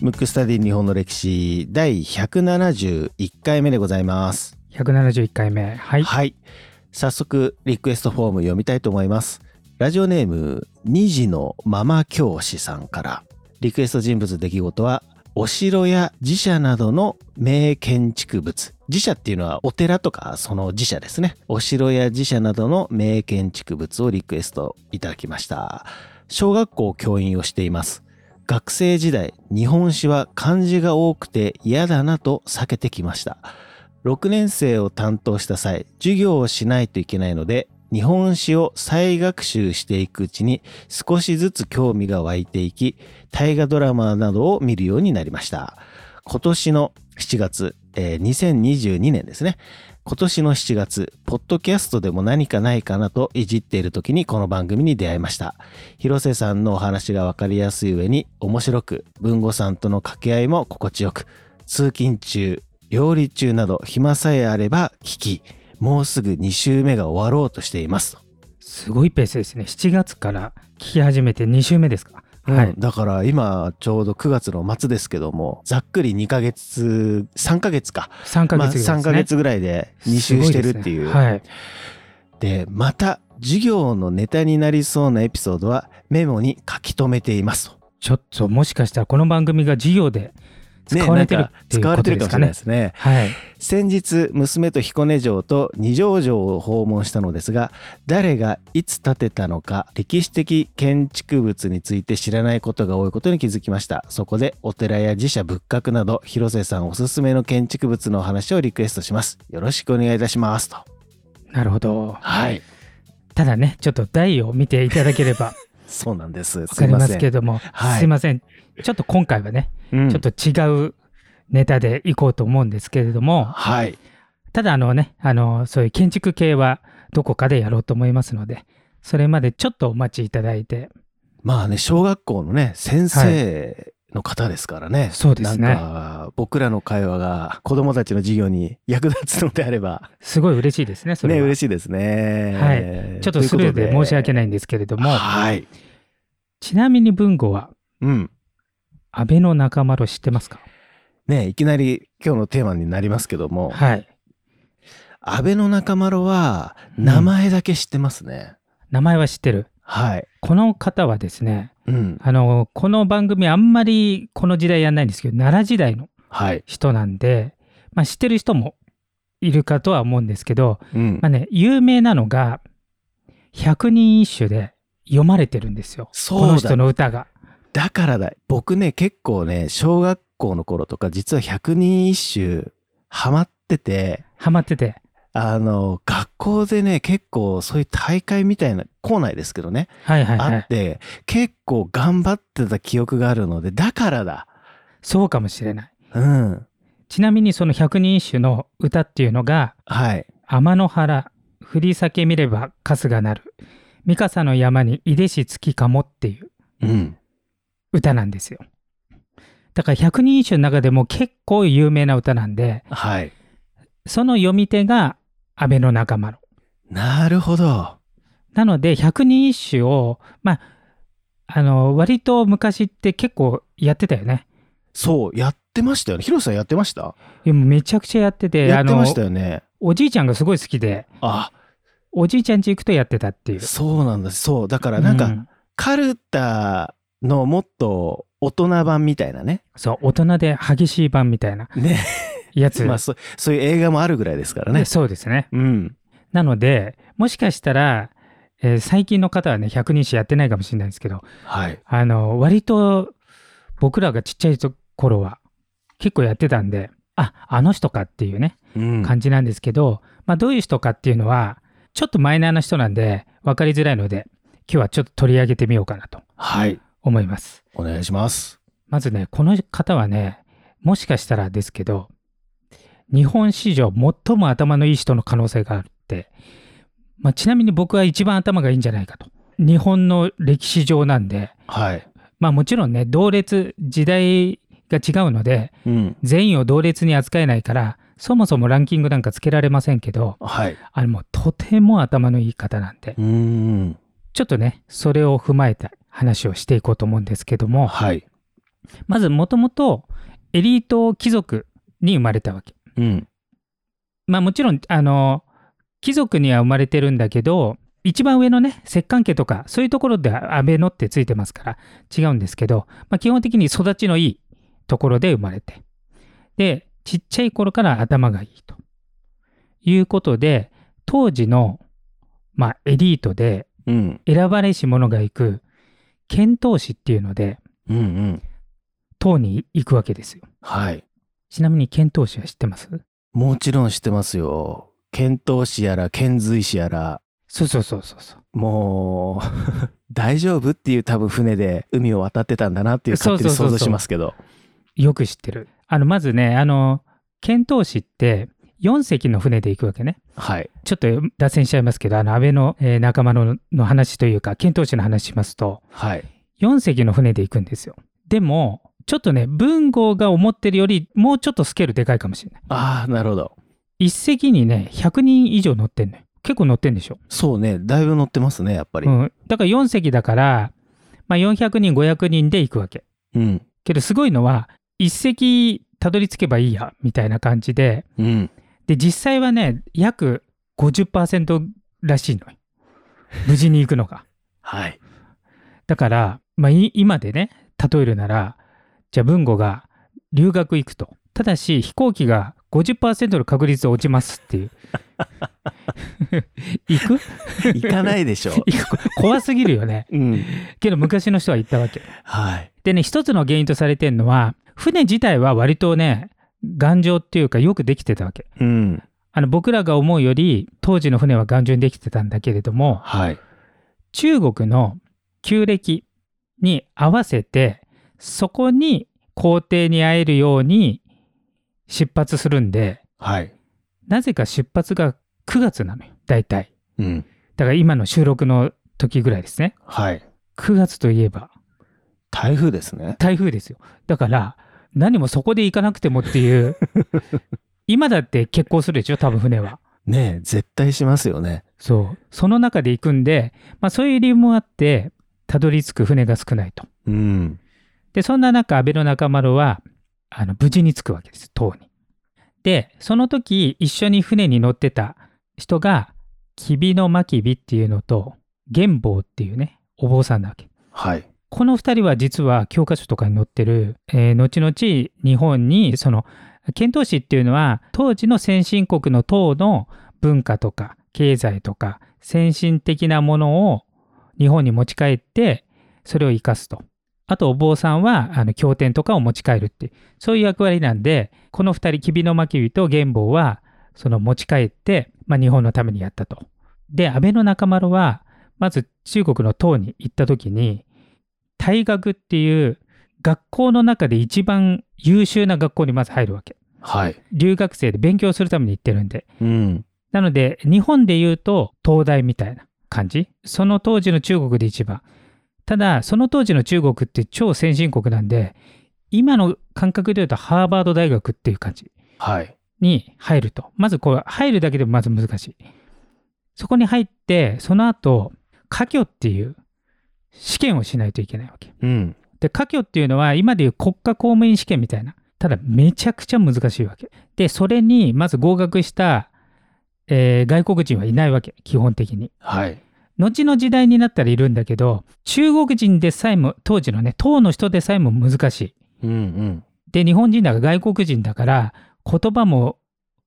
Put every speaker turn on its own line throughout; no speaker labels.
ムックスタディ日本の歴史第171回目でございます
171回目はい
はい早速リクエストフォーム読みたいと思いますラジオネーム2児のママ教師さんからリクエスト人物出来事はお城や寺社などの名建築物寺社っていうのはお寺とかその寺社ですねお城や寺社などの名建築物をリクエストいただきました小学校教員をしています学生時代日本史は漢字が多くて嫌だなと避けてきました6年生を担当した際授業をしないといけないので日本史を再学習していくうちに少しずつ興味が湧いていき大河ドラマなどを見るようになりました今年の7月、えー2022年ですね今年の7月ポッドキャストでも何かないかなといじっている時にこの番組に出会いました広瀬さんのお話が分かりやすい上に面白く文吾さんとの掛け合いも心地よく通勤中料理中など暇さえあれば聞きもうすぐ2週目が終わろうとしていますと
すごいペースですね7月から聞き始めて2週目ですか、は
うん
い
だから今ちょうど9月の末ですけどもざっくり2ヶ月3ヶ月か
3ヶ月ぐらい
ま
ですね、
あ、3ヶ月ぐらいで2周してるっていう。
すごですねはい
でまた授業のネタになりそうなエピソードはメモに書き留めていますと。
ちょっともしかしたらこの番組が授業で使
ね
われてる
なんか
っていう
使われ
こと
てる
で
か
す
もし
か
れない
ね
ですね。
はい
先日娘と彦根城と二条城を訪問したのですが誰がいつ建てたのか歴史的建築物について知らないことが多いことに気づきましたそこでお寺や寺社仏閣など広瀬さんおすすめの建築物のお話をリクエストしますよろしくお願いいたしますと
なるほど
はい
ただねちょっと題を見ていただければ
そうなん です
わかりますけ
ど、
どもすい
はい
ませんちょっと今回はね
うん
ちょっと違うネタでいこうと思うんですけれども
はい
ただあのねあのそういう建築系はどこかでやろうと思いますのでそれまでちょっとお待ちいただいて
まあね小学校のね先生の方ですからね、
そうですね
なんか僕らの会話が子供たちの授業に役立つのであれば
すごい嬉しいですねそれ
ね
は
嬉しいですね。
はいちょっとスルーで申し訳
ない
ないんですけれども
はい。
ちなみに文吾は
うん。
安倍の仲間を知ってますか
ねいきなり今日のテーマになりますけども、
はい
安倍の中丸は
うん
名前だけ知ってますね。
名前は知ってる
はい。
この方はですね
うん。
あのこの番組あんまりこの時代やんないんですけど奈良時代の
はい。
人なんで、まあ、知ってる人もいるかとは思うんですけど、
うん
まあ。ね、有名なのが百人一首で読まれてるんですよ
そうだ
この人の歌が。
だからだ。僕ね結構ね小学校の頃とか実は百人一首ハマってて。
ハマってて。
あの学校でね結構そういう大会みたいな校内ですけどね、
はいはいは
あっ
い。
て結構頑張ってた記憶があるのでだからだ
そうかもしれない。
うん
ちなみにその百人一首の歌っていうのが
はい
「天の原振り裂け見れば春日なる三笠の山に出し月かも」っていう
うん
歌なんですよ。だから百人一首の中でも結構有名な歌なんで
はい
その読み手が安倍の仲間の。
なるほど
なので百人一首をまああの割と昔って結構やってたよね。
そうやってましたよね広瀬さんやってました
いやもうめちゃくちゃやってて
やってました
あ
よ
の
ね
おじいちゃんがすごい好きで
あ
おじいちゃん家行くとやってたっていう。
そうなんだそうだからなんか、
う
カルタのもっと大人版みたいなね
そう大人で激しい版みたいな
ね、
やつ、
まあ、そそういう映画もあるぐらいですからね
でそうですね。
うん
なのでもしかしたら、えー最近の方はね百人一首やってないかもしれないですけど
はい
あの割と僕らがちっちゃい頃は結構やってたんでああの人かっていうね
うん
感じなんですけど、まあ、どういう人かっていうのはちょっとマイナーな人なんで分かりづらいので今日はちょっと取り上げてみようかなと
はい
思います。
お願いします
まずねこの方はねもしかしたらですけど日本史上最も頭のいい人の可能性があるって、まあ、ちなみに僕は一番頭がいいんじゃないかと日本の歴史上なんで
はい
まあもちろんね同列時代が違うので
うん
全員を同列に扱えないからそもそもランキングなんかつけられませんけど
はい
あれもうとても頭のいい方なんで
うーん
ちょっとね、それを踏まえた話をしていこうと思うんですけども、
はい。
まずもともとエリート貴族に生まれたわけ。
うん。
まあもちろん、あの、貴族には生まれてるんだけど、一番上のね、摂関家とか、そういうところで安倍のってついてますから、違うんですけど、まあ基本的に育ちのいいところで生まれて。で、ちっちゃい頃から頭がいいと。いうことで、当時の、まあエリートで
うん。
選ばれし者が行く、遣唐使っていうので、
うんうん。
唐に行くわけですよ。
はい。
ちなみに遣唐使は知ってます
もちろん知ってますよ。遣唐使やら遣隋使やら、
そうそうそうそうそう。
もう 大丈夫っていう多分船で海を渡ってたんだなっていう勝手に
そ
想
うそうそうそう
像しますけど。
よく知ってる。あの、まずね、あの、遣唐使って4隻の船で行くわけね。
はい。
ちょっと脱線しちゃいますけど、あの、安倍の、えー仲間のの話というか、遣唐使の話しますと、
はい。
4隻の船で行くんですよ。でも、ちょっとね、文豪が思ってるより、もうちょっとスケールでかいかもしれない。
ああ、なるほど。
1隻にね、100人以上乗ってんのよ。結構乗ってんでしょ。
そうね。だいぶ乗ってますね、やっぱり。
う
うん。
ん。だから4隻だから、まあ400人、500人で行くわけ。
うん。
けどすごいのは、1隻たどり着けばいいや、みたいな感じで、で実際はね約50%らしいのよ無事に行くのが
はい。
だから、まあ、い今でね例えるならじゃあ文吾が留学行くとただし飛行機が50%の確率で落ちますっ ていう行く。
行かないでしょう
行く怖すぎるよね
うん。
けど昔の人は行ったわけ
はい。
でね一つの原因とされてるのは船自体は割とね頑丈っていうかよくできてたわけ
うん。
あの僕らが思うより当時の船は頑丈にできてたんだけれども
はい。
中国の旧暦に合わせてそこに皇帝に会えるように出発するんで
はい。
なぜか出発が9月なのよ大体
うん。
だから今の収録の時ぐらいですね
はい。
9月といえば
台風ですね。
台風ですよだから何もそこで行かなくてもっていう今だって欠航するでしょ多分船は
ねえ、絶対しますよね。
そうその中で行くんで、まあ、そういう理由もあってたどり着く船が少ないと
うん。
で、そんな中、安倍の中丸は、あの、無事に着くわけです、唐に。で、その時、一緒に船に乗ってた人が、吉備の真備っていうのと、玄坊っていうね、お坊さんなわけ。
はい。
この二人は実は教科書とかに載ってる、えー後々日本に、その、遣唐使っていうのは、当時の先進国の唐の文化とか、経済とか、先進的なものを日本に持ち帰って、それを生かすと。あと、お坊さんは、あの、経典とかを持ち帰るっていう、そういう役割なんで、この二人、吉備の真備と玄坊は、その持ち帰って、まあ、日本のためにやったと。で、安倍の中丸は、まず中国の唐に行った時に、大学っていう学校の中で一番優秀な学校にまず入るわけ
はい。
留学生で勉強するために行ってるんで
うん。
なので日本で言うと東大みたいな感じその当時の中国で一番ただその当時の中国って超先進国なんで今の感覚で言うとハーバード大学っていう感じ
はい。
に入るとまずこれ入るだけでもまず難しいそこに入ってその後科挙っていう試験をしないといけないわけ
うん。
で、科挙っていうのは今でいう国家公務員試験みたいな。ただめちゃくちゃ難しいわけ。で、それにまず合格した、えー外国人はいないわけ、基本的に。
はい。
後の時代になったらいるんだけど、中国人でさえも、当時のね、唐の人でさえも難しい。
うんうん。
で、日本人だから外国人だから、言葉も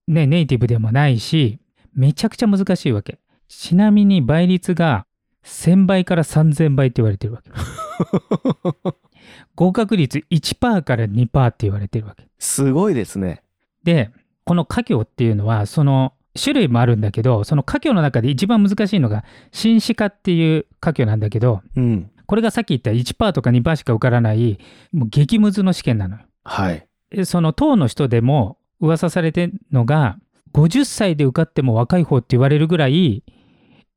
ね、ネイティブでもないし、めちゃくちゃ難しいわけ。ちなみに倍率が1000倍から3000倍って言われてるわけ。合格率1%から2%って言われてるわけ。
すごいですね。
で、この家教っていうのは、その種類もあるんだけど、その家教の中で一番難しいのが、新歯科っていう家教なんだけど、
うん。
これがさっき言った1%とか2%しか受からない、もう激ムズの試験なのよ。
はい。
えその党の人でも噂されてるのが、50歳で受かっても若い方って言われるぐらい、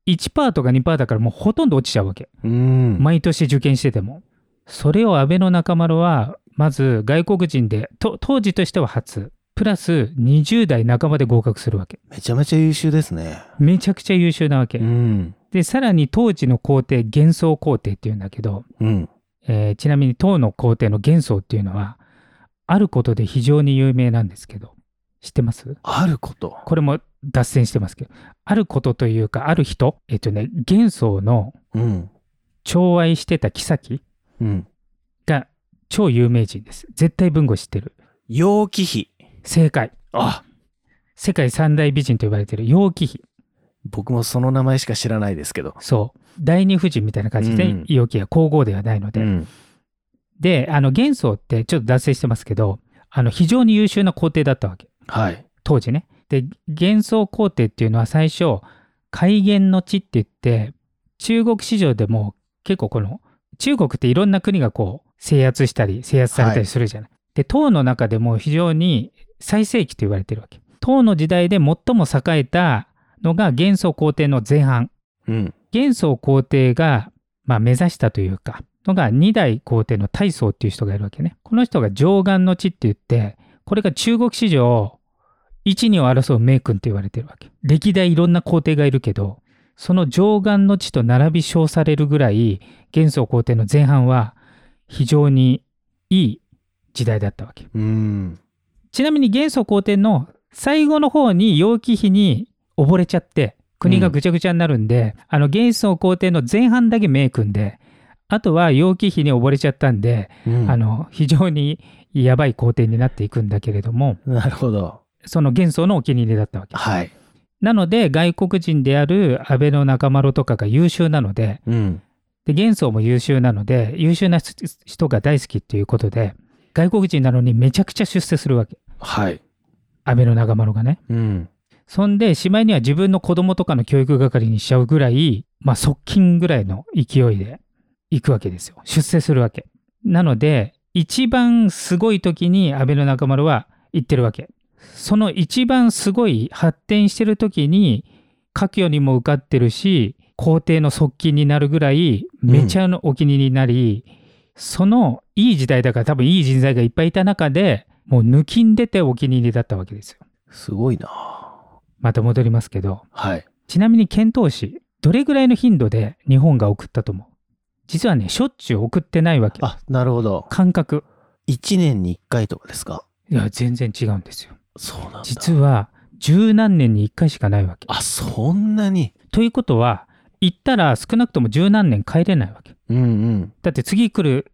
1%とか2%だからもうほとんど落ちちゃうわけ。
うん。
毎年受験してても。それを安倍の中丸は、まず外国人で、と当時としては初、プラス20代半ばで合格するわけ。
めちゃめちゃ優秀ですね。
めちゃくちゃ優秀なわけ。
うん。
で、さらに当時の皇帝、幻想皇帝っていうんだけど、
うん。
えーちなみに唐の皇帝の幻想っていうのは、あることで非常に有名なんですけど、知ってます
あること。
これも脱線してますけど、あることというか、ある人、えっ、とね、幻想の
うん。
寵愛してた妃
うん。
が超有名人です。絶対文語知ってる。
楊貴妃。
正解。
あ
世界三大美人と言われてる楊貴妃。
僕もその名前しか知らないですけど。
そう。第二夫人みたいな感じ
う
で
ん、
楊貴妃は皇后ではないので。
ん。
で、あの、幻想ってちょっと脱線してますけど、あの、非常に優秀な皇帝だったわけ。
はい。
当時ね。で、幻想皇帝っていうのは最初、海原の地って言って、中国市場でも結構この、中国っていろんな国がこう制圧したり、制圧されたりするじゃない。で、唐の中でも非常に最盛期と言われてるわけ。唐の時代で最も栄えたのが幻想皇帝の前半。
うん。
幻想皇帝が、まあ、目指したというか、のが二代皇帝の大宗っていう人がいるわけね。この人が上岸の地って言って、これが中国史上一二を争う名君って言われてるわけ。歴代いろんな皇帝がいるけど、その上岸の地と並び称されるぐらい、幻想皇帝の前半は非常にいい時代だったわけ。
うん。
ちなみに元素皇帝の最後の方に楊貴妃に溺れちゃって国がぐちゃぐちゃになるんで、あの元素皇帝の前半だけ名君であとは楊貴妃に溺れちゃったんで、
うん
あの非常にやばい皇帝になっていくんだけれども
なるほど。
その元素のお気に入りだったわけ
はい。
なので外国人である安倍の中丸とかが優秀なので
うん。
で元素も優秀なので優秀な人が大好きっていうことで外国人なのにめちゃくちゃ出世するわけ
はい。
安倍の中丸がね
うん。
そんで、しまいには自分の子供とかの教育係にしちゃうぐらい、まあ、側近ぐらいの勢いで行くわけですよ。出世するわけ。なので、一番すごい時に安倍の中丸は行ってるわけ。その一番すごい発展してる時に、家教にも受かってるし、皇帝の側近になるぐらい、めちゃのお気に入りになり、そのいい時代だから多分いい人材がいっぱいいた中で、もう抜きん出てお気に入りだったわけですよ。
すごいな。
また戻りますけど、
はい。
ちなみに遣唐使、どれぐらいの頻度で日本が送ったと思う実はね、しょっちゅう送ってないわけ。
あ、なるほど。
感覚。
1年に1回とかですか
いや、全然違うんですよ。
そうなんだ。
実は、十何年に一回しかないわけ。
あ、そんなに。
ということは、行ったら少なくとも十何年帰れないわけ。
うんうん。
だって次来る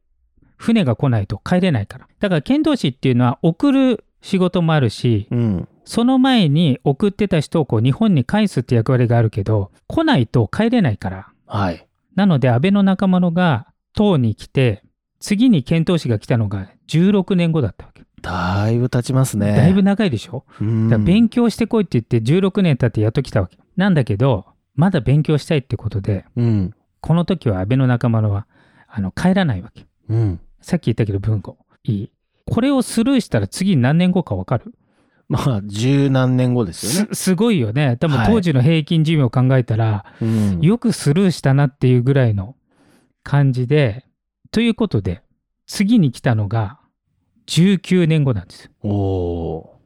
船が来ないと帰れないから。だから遣唐使っていうのは送る仕事もあるし、
うん。
その前に送ってた人をこう日本に返すって役割があるけど、来ないと帰れないから。
はい。
なので安倍の仲間のが唐に来て次に遣唐使が来たのが16年後だったわけ、
だいぶ経ちますね。
だいぶ長いでしょ、
うん。
だから勉強してこいって言って16年経ってやっと来たわけなんだけどまだ勉強したいってことで
うん。
この時は安倍の仲間のはあの帰らないわけ
うん。
さっき言ったけど文庫いいこれをスルーしたら次何年後かわかる
まあ、十何年後ですよ
す
ね。
すごいよね多分
はい
当時の平均寿命を考えたら、
うん
よくスルーしたなっていうぐらいの感じで、ということで、次に来たのが19年後なんです
お
よ。
お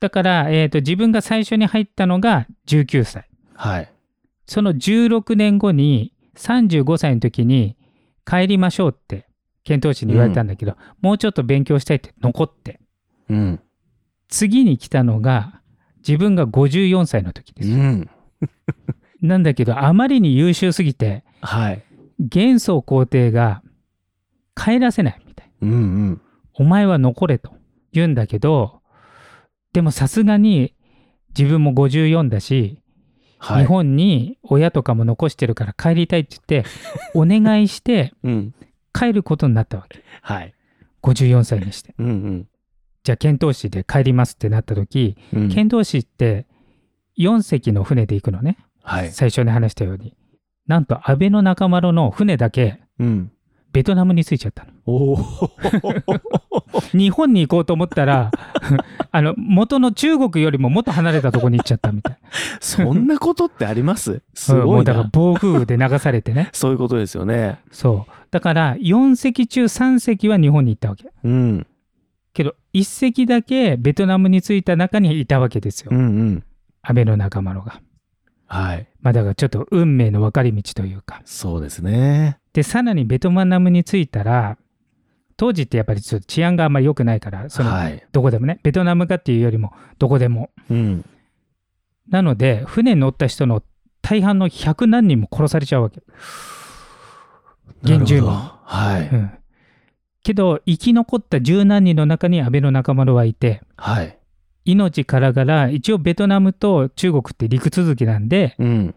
だから、えーと、自分が最初に入ったのが19歳。
ー。はい。
その16年後に、35歳の時に、帰りましょうって、検討士に言われたんだけど、もうちょっと勉強したいって残って、
うん。
次に来たのが、自分が54歳の時
う
です。
ん。
なんだけど、あまりに優秀すぎて、
はい。
元宗皇帝が帰らせないみたいな。
うんうん。
お前は残れと言うんだけど、でもさすがに自分も54だし、
はい。
日本に親とかも残してるから帰りたいって言って、お願いして
うん。
帰ることになったわけ。
はい。
54歳にして。
うんうん
じゃあ、遣唐使で帰りますってなった時、
うん。
遣唐使って4隻の船で行くのね。
はい。
最初に話したように。なんと、安倍の中丸の船だけ
うん。
ベトナムに着いちゃったの。
おお。
日本に行こうと思っ たらあの元の中国よりももっと離れたとこに行っちゃったみたい
そんなことってありますす
うんも
ご
う
い
だから
な。
暴風雨で流されて ね
そういうことですよね。
そうだから4隻中3隻は日本に行ったわけ
うん。
けど1隻だけベトナムに着いた中にいたわけですよ、
うんうん。
安倍の仲間のが
はい。
まあだからちょっと運命の分かれ道というか。
そうですね。
で、さらにベトナムに着いたら、当時ってやっぱりちょっと治安があんまり良くないから、その
はい。
どこでもね、ベトナムかっていうよりもどこでも。
うん。
なので、船に乗った人の大半の100何人も殺されちゃうわけ。現住民
なるほどはい。
うん、けど、生き残った十何人の中に安倍の中丸はいて、
はい。
命からがら、一応ベトナムと中国って陸続きなんで、
うん。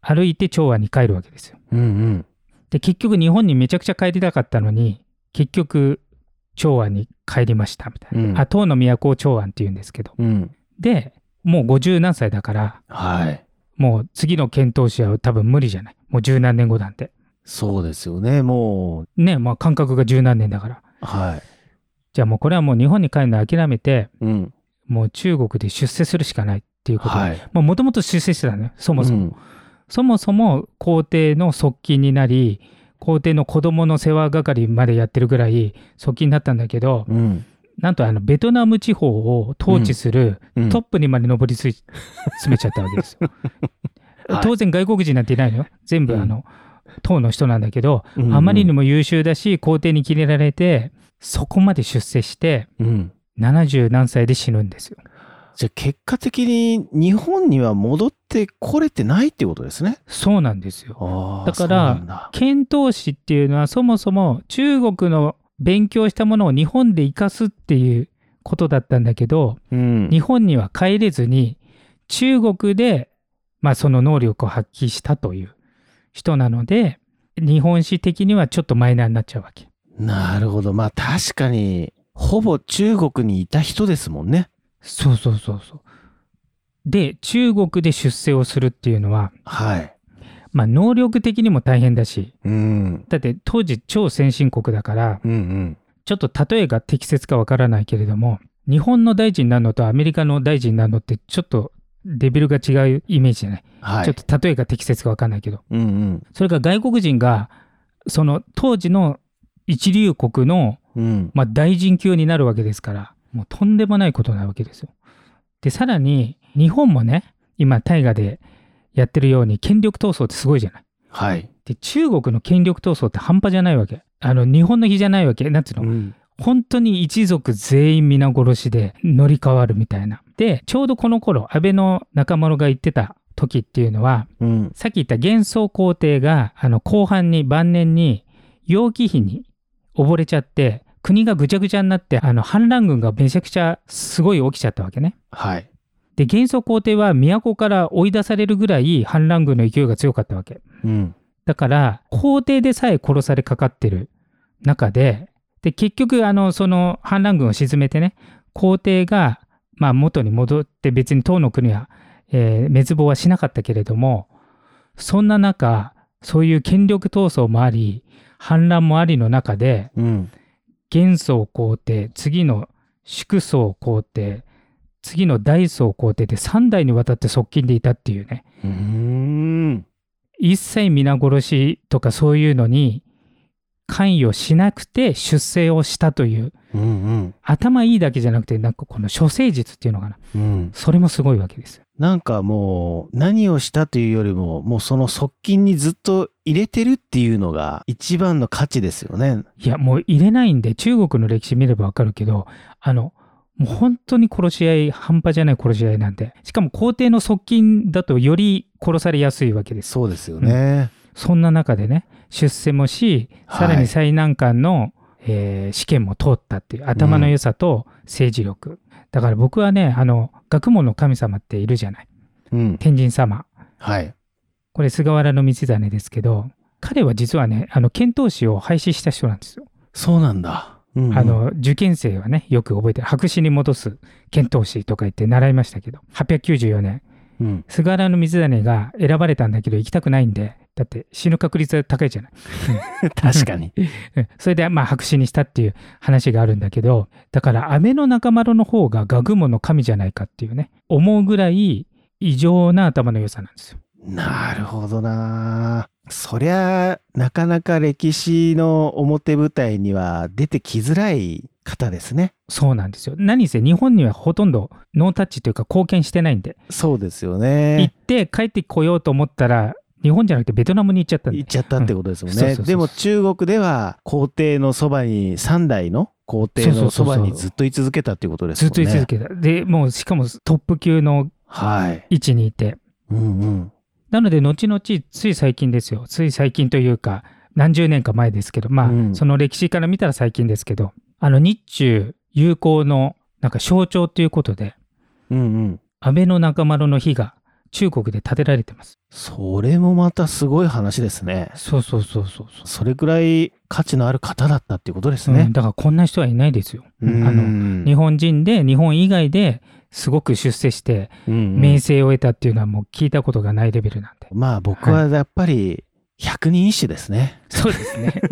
歩いて長安に帰るわけですよ。
うんうん。
で、結局日本にめちゃくちゃ帰りたかったのに、結局、長安に帰りましたみたいな。
うん
あ、唐の都を長安って言うんですけど。
うん。
で、もう50何歳だから、
はい。
もう次の遣唐使は多分無理じゃない。もう十何年後なんて。
そうですよね。もう、
ね、まあ感覚が十何年だから。
はい。
じゃあもうこれはもう日本に帰るの諦めて、
うん。
もう中国で出世するしかないっていうことで。
はい。そ
まあもともと出世してたのよ、そもそも。
うん、
そもそも皇帝の側近になり、皇帝の子供の世話係までやってるぐらい側近だったんだけど、
うん
なんとあのベトナム地方を統治する
うん
トップにまで上りつい 詰めちゃったわけですよ。
はい
当然外国人なんていないのよ。全部あの、党の人なんだけど、
うん
あまりにも優秀だし、皇帝にキレられて、そこまで出世して、
うん。
70何歳で死ぬんですよ。
じゃあ結果的に日本には戻ってこれてないっていうことですね。
そうなんですよ。
ああ。
だ
そ
から
うなんだ
遣唐使っていうのはそもそも中国の勉強したものを日本で生かすっていうことだったんだけど、
うん。
日本には帰れずに中国で、まあ、その能力を発揮したという人なので日本史的にはちょっとマイナーになっちゃうわけ。
なるほど。まあ確かに、ほぼ中国にいた人ですもんね。
そうそうそうそう。で中国で出世をするっていうのは、
はい。
まあ、能力的にも大変だし
うん。
だって当時超先進国だから
うんうん。
ちょっと例えが適切かわからないけれども日本の大臣になるのとアメリカの大臣になるのってちょっとレベルが違うイメージじゃない、
はい。
ちょっと例えが適切かわかんないけど
うんうん。
それから外国人がその当時の一流国の、
うん。
まあ、大臣級になるわけですからもうとんでもないことなわけですよ。でさらに日本もね今大河でやってるように権力闘争ってすごいじゃない。
はい。
で中国の権力闘争って半端じゃないわけ。あの日本の日じゃないわけ。なんていうの、
うん
本当に一族全員皆殺しで乗り換わるみたいな。でちょうどこの頃安倍の中丸が言ってた時っていうのは
うん。
さっき言った幻想皇帝があの後半に晩年に楊貴妃に溺れちゃって国がぐちゃぐちゃになってあの反乱軍がめちゃくちゃすごい起きちゃったわけね。
はい。
で幻想皇帝は都から追い出されるぐらい反乱軍の勢いが強かったわけ。
うん。
だから皇帝でさえ殺されかかってる中でで結局あのその反乱軍を沈めてね皇帝がまあ元に戻って別に唐の国は、えー滅亡はしなかったけれどもそんな中そういう権力闘争もあり反乱もありの中で
うん。
元宗皇帝次の祝宗皇帝次の大宗皇帝で3代にわたって側近でいたっていうね
うーん。
一切皆殺しとかそういうのに関与しなくて出世をしたという
うんうん。
頭いいだけじゃなくてなんかこの処世術っていうのかな
うん。
それもすごいわけですよ
なんかもう、何をしたというよりも、もうその側近にずっと入れてるっていうのが一番の価値ですよね。
いやもう入れないんで中国の歴史見ればわかるけどあのもう本当に殺し合い半端じゃない殺し合いなんでしかも皇帝の側近だとより殺されやすいわけです
そうですよね。
そんな中でね出世もしさらに最難関の、えー試験も通ったっていう頭の良さと政治力、だから僕はねあの学問の神様っているじゃない
うん。
天神様
はい。
これ菅原道真ですけど彼は実はねあの遣唐使を廃止した人なんですよ、
そうなんだ。うんうん
あ、の受験生はねよく覚えてる白紙に戻す遣唐使とか言って習いましたけど894年
うん。
菅原道真が選ばれたんだけど行きたくないんでだって死ぬ確率が高いじゃない
確かに。
うんそれでまあ白紙にしたっていう話があるんだけどだからアメの中丸の方がガグモの神じゃないかっていうね思うぐらい異常な頭の良さなんですよ。
なるほどな。そりゃ、なかなか歴史の表舞台には出てきづらい方ですね。
そうなんですよ。何せ日本にはほとんどノータッチというか貢献してないんで、
そうですよ
行っ
ね。
て帰ってこようと思ったら、日本じゃなくてベトナムに行っちゃったんで
行っ。ちゃったってことですもん
うんそう
ね。
そうそうそう
でも中国では皇帝のそばに3代の皇帝のそばにずっと居続けたっていうことです
ず
もん
っ
ね。
と居続けた。で、もうしかもトップ級の
はい。
位置にいて。
うんうん。
なので、後々、つい最近ですよ。つい最近というか、何十年か前ですけど、まあ、
うん
その歴史から見たら最近ですけど、あの、日中友好の、なんか象徴ということで、
うんうん。
安倍の中丸の日が中国で建てられてます。
それもまたすごい話ですね。
そうそうそうそうそう。
それくらい価値のある方だったっていうことです
う
ね
ん。だからこんな人はいないですよ。あ
うん
の日本人で日本以外ですごく出世して
うんうん
名声を得たっていうのはもう聞いたことがないレベル なんで。
まあ僕はやっぱり百人一首ですね。
そうです ね。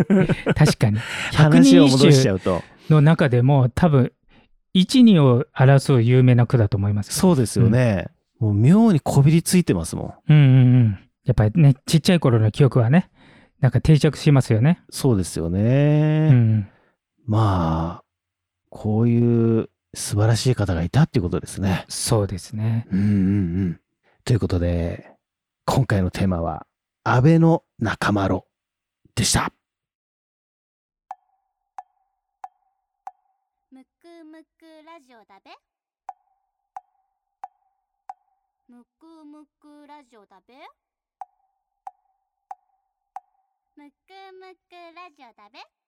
確かに。百
話
人
を
一
戻しちゃ
首
うと。
の中でも多分一二を争う有名な句だと思います。
そうですよね。もう妙にこびりついてますもん。
うんうんうん。やっぱりねちっちゃい頃の記憶はねなんか定着しますよね。
そうですよ
う
ね。
ん。
まあこういう素晴らしい方がいたっていうことですね。
そうですね。
うんうんうん。ということで今回のテーマは「安倍の仲間ろ」でした。
むくむくラジオだべむくむくラジオだべむくむくラジオだべ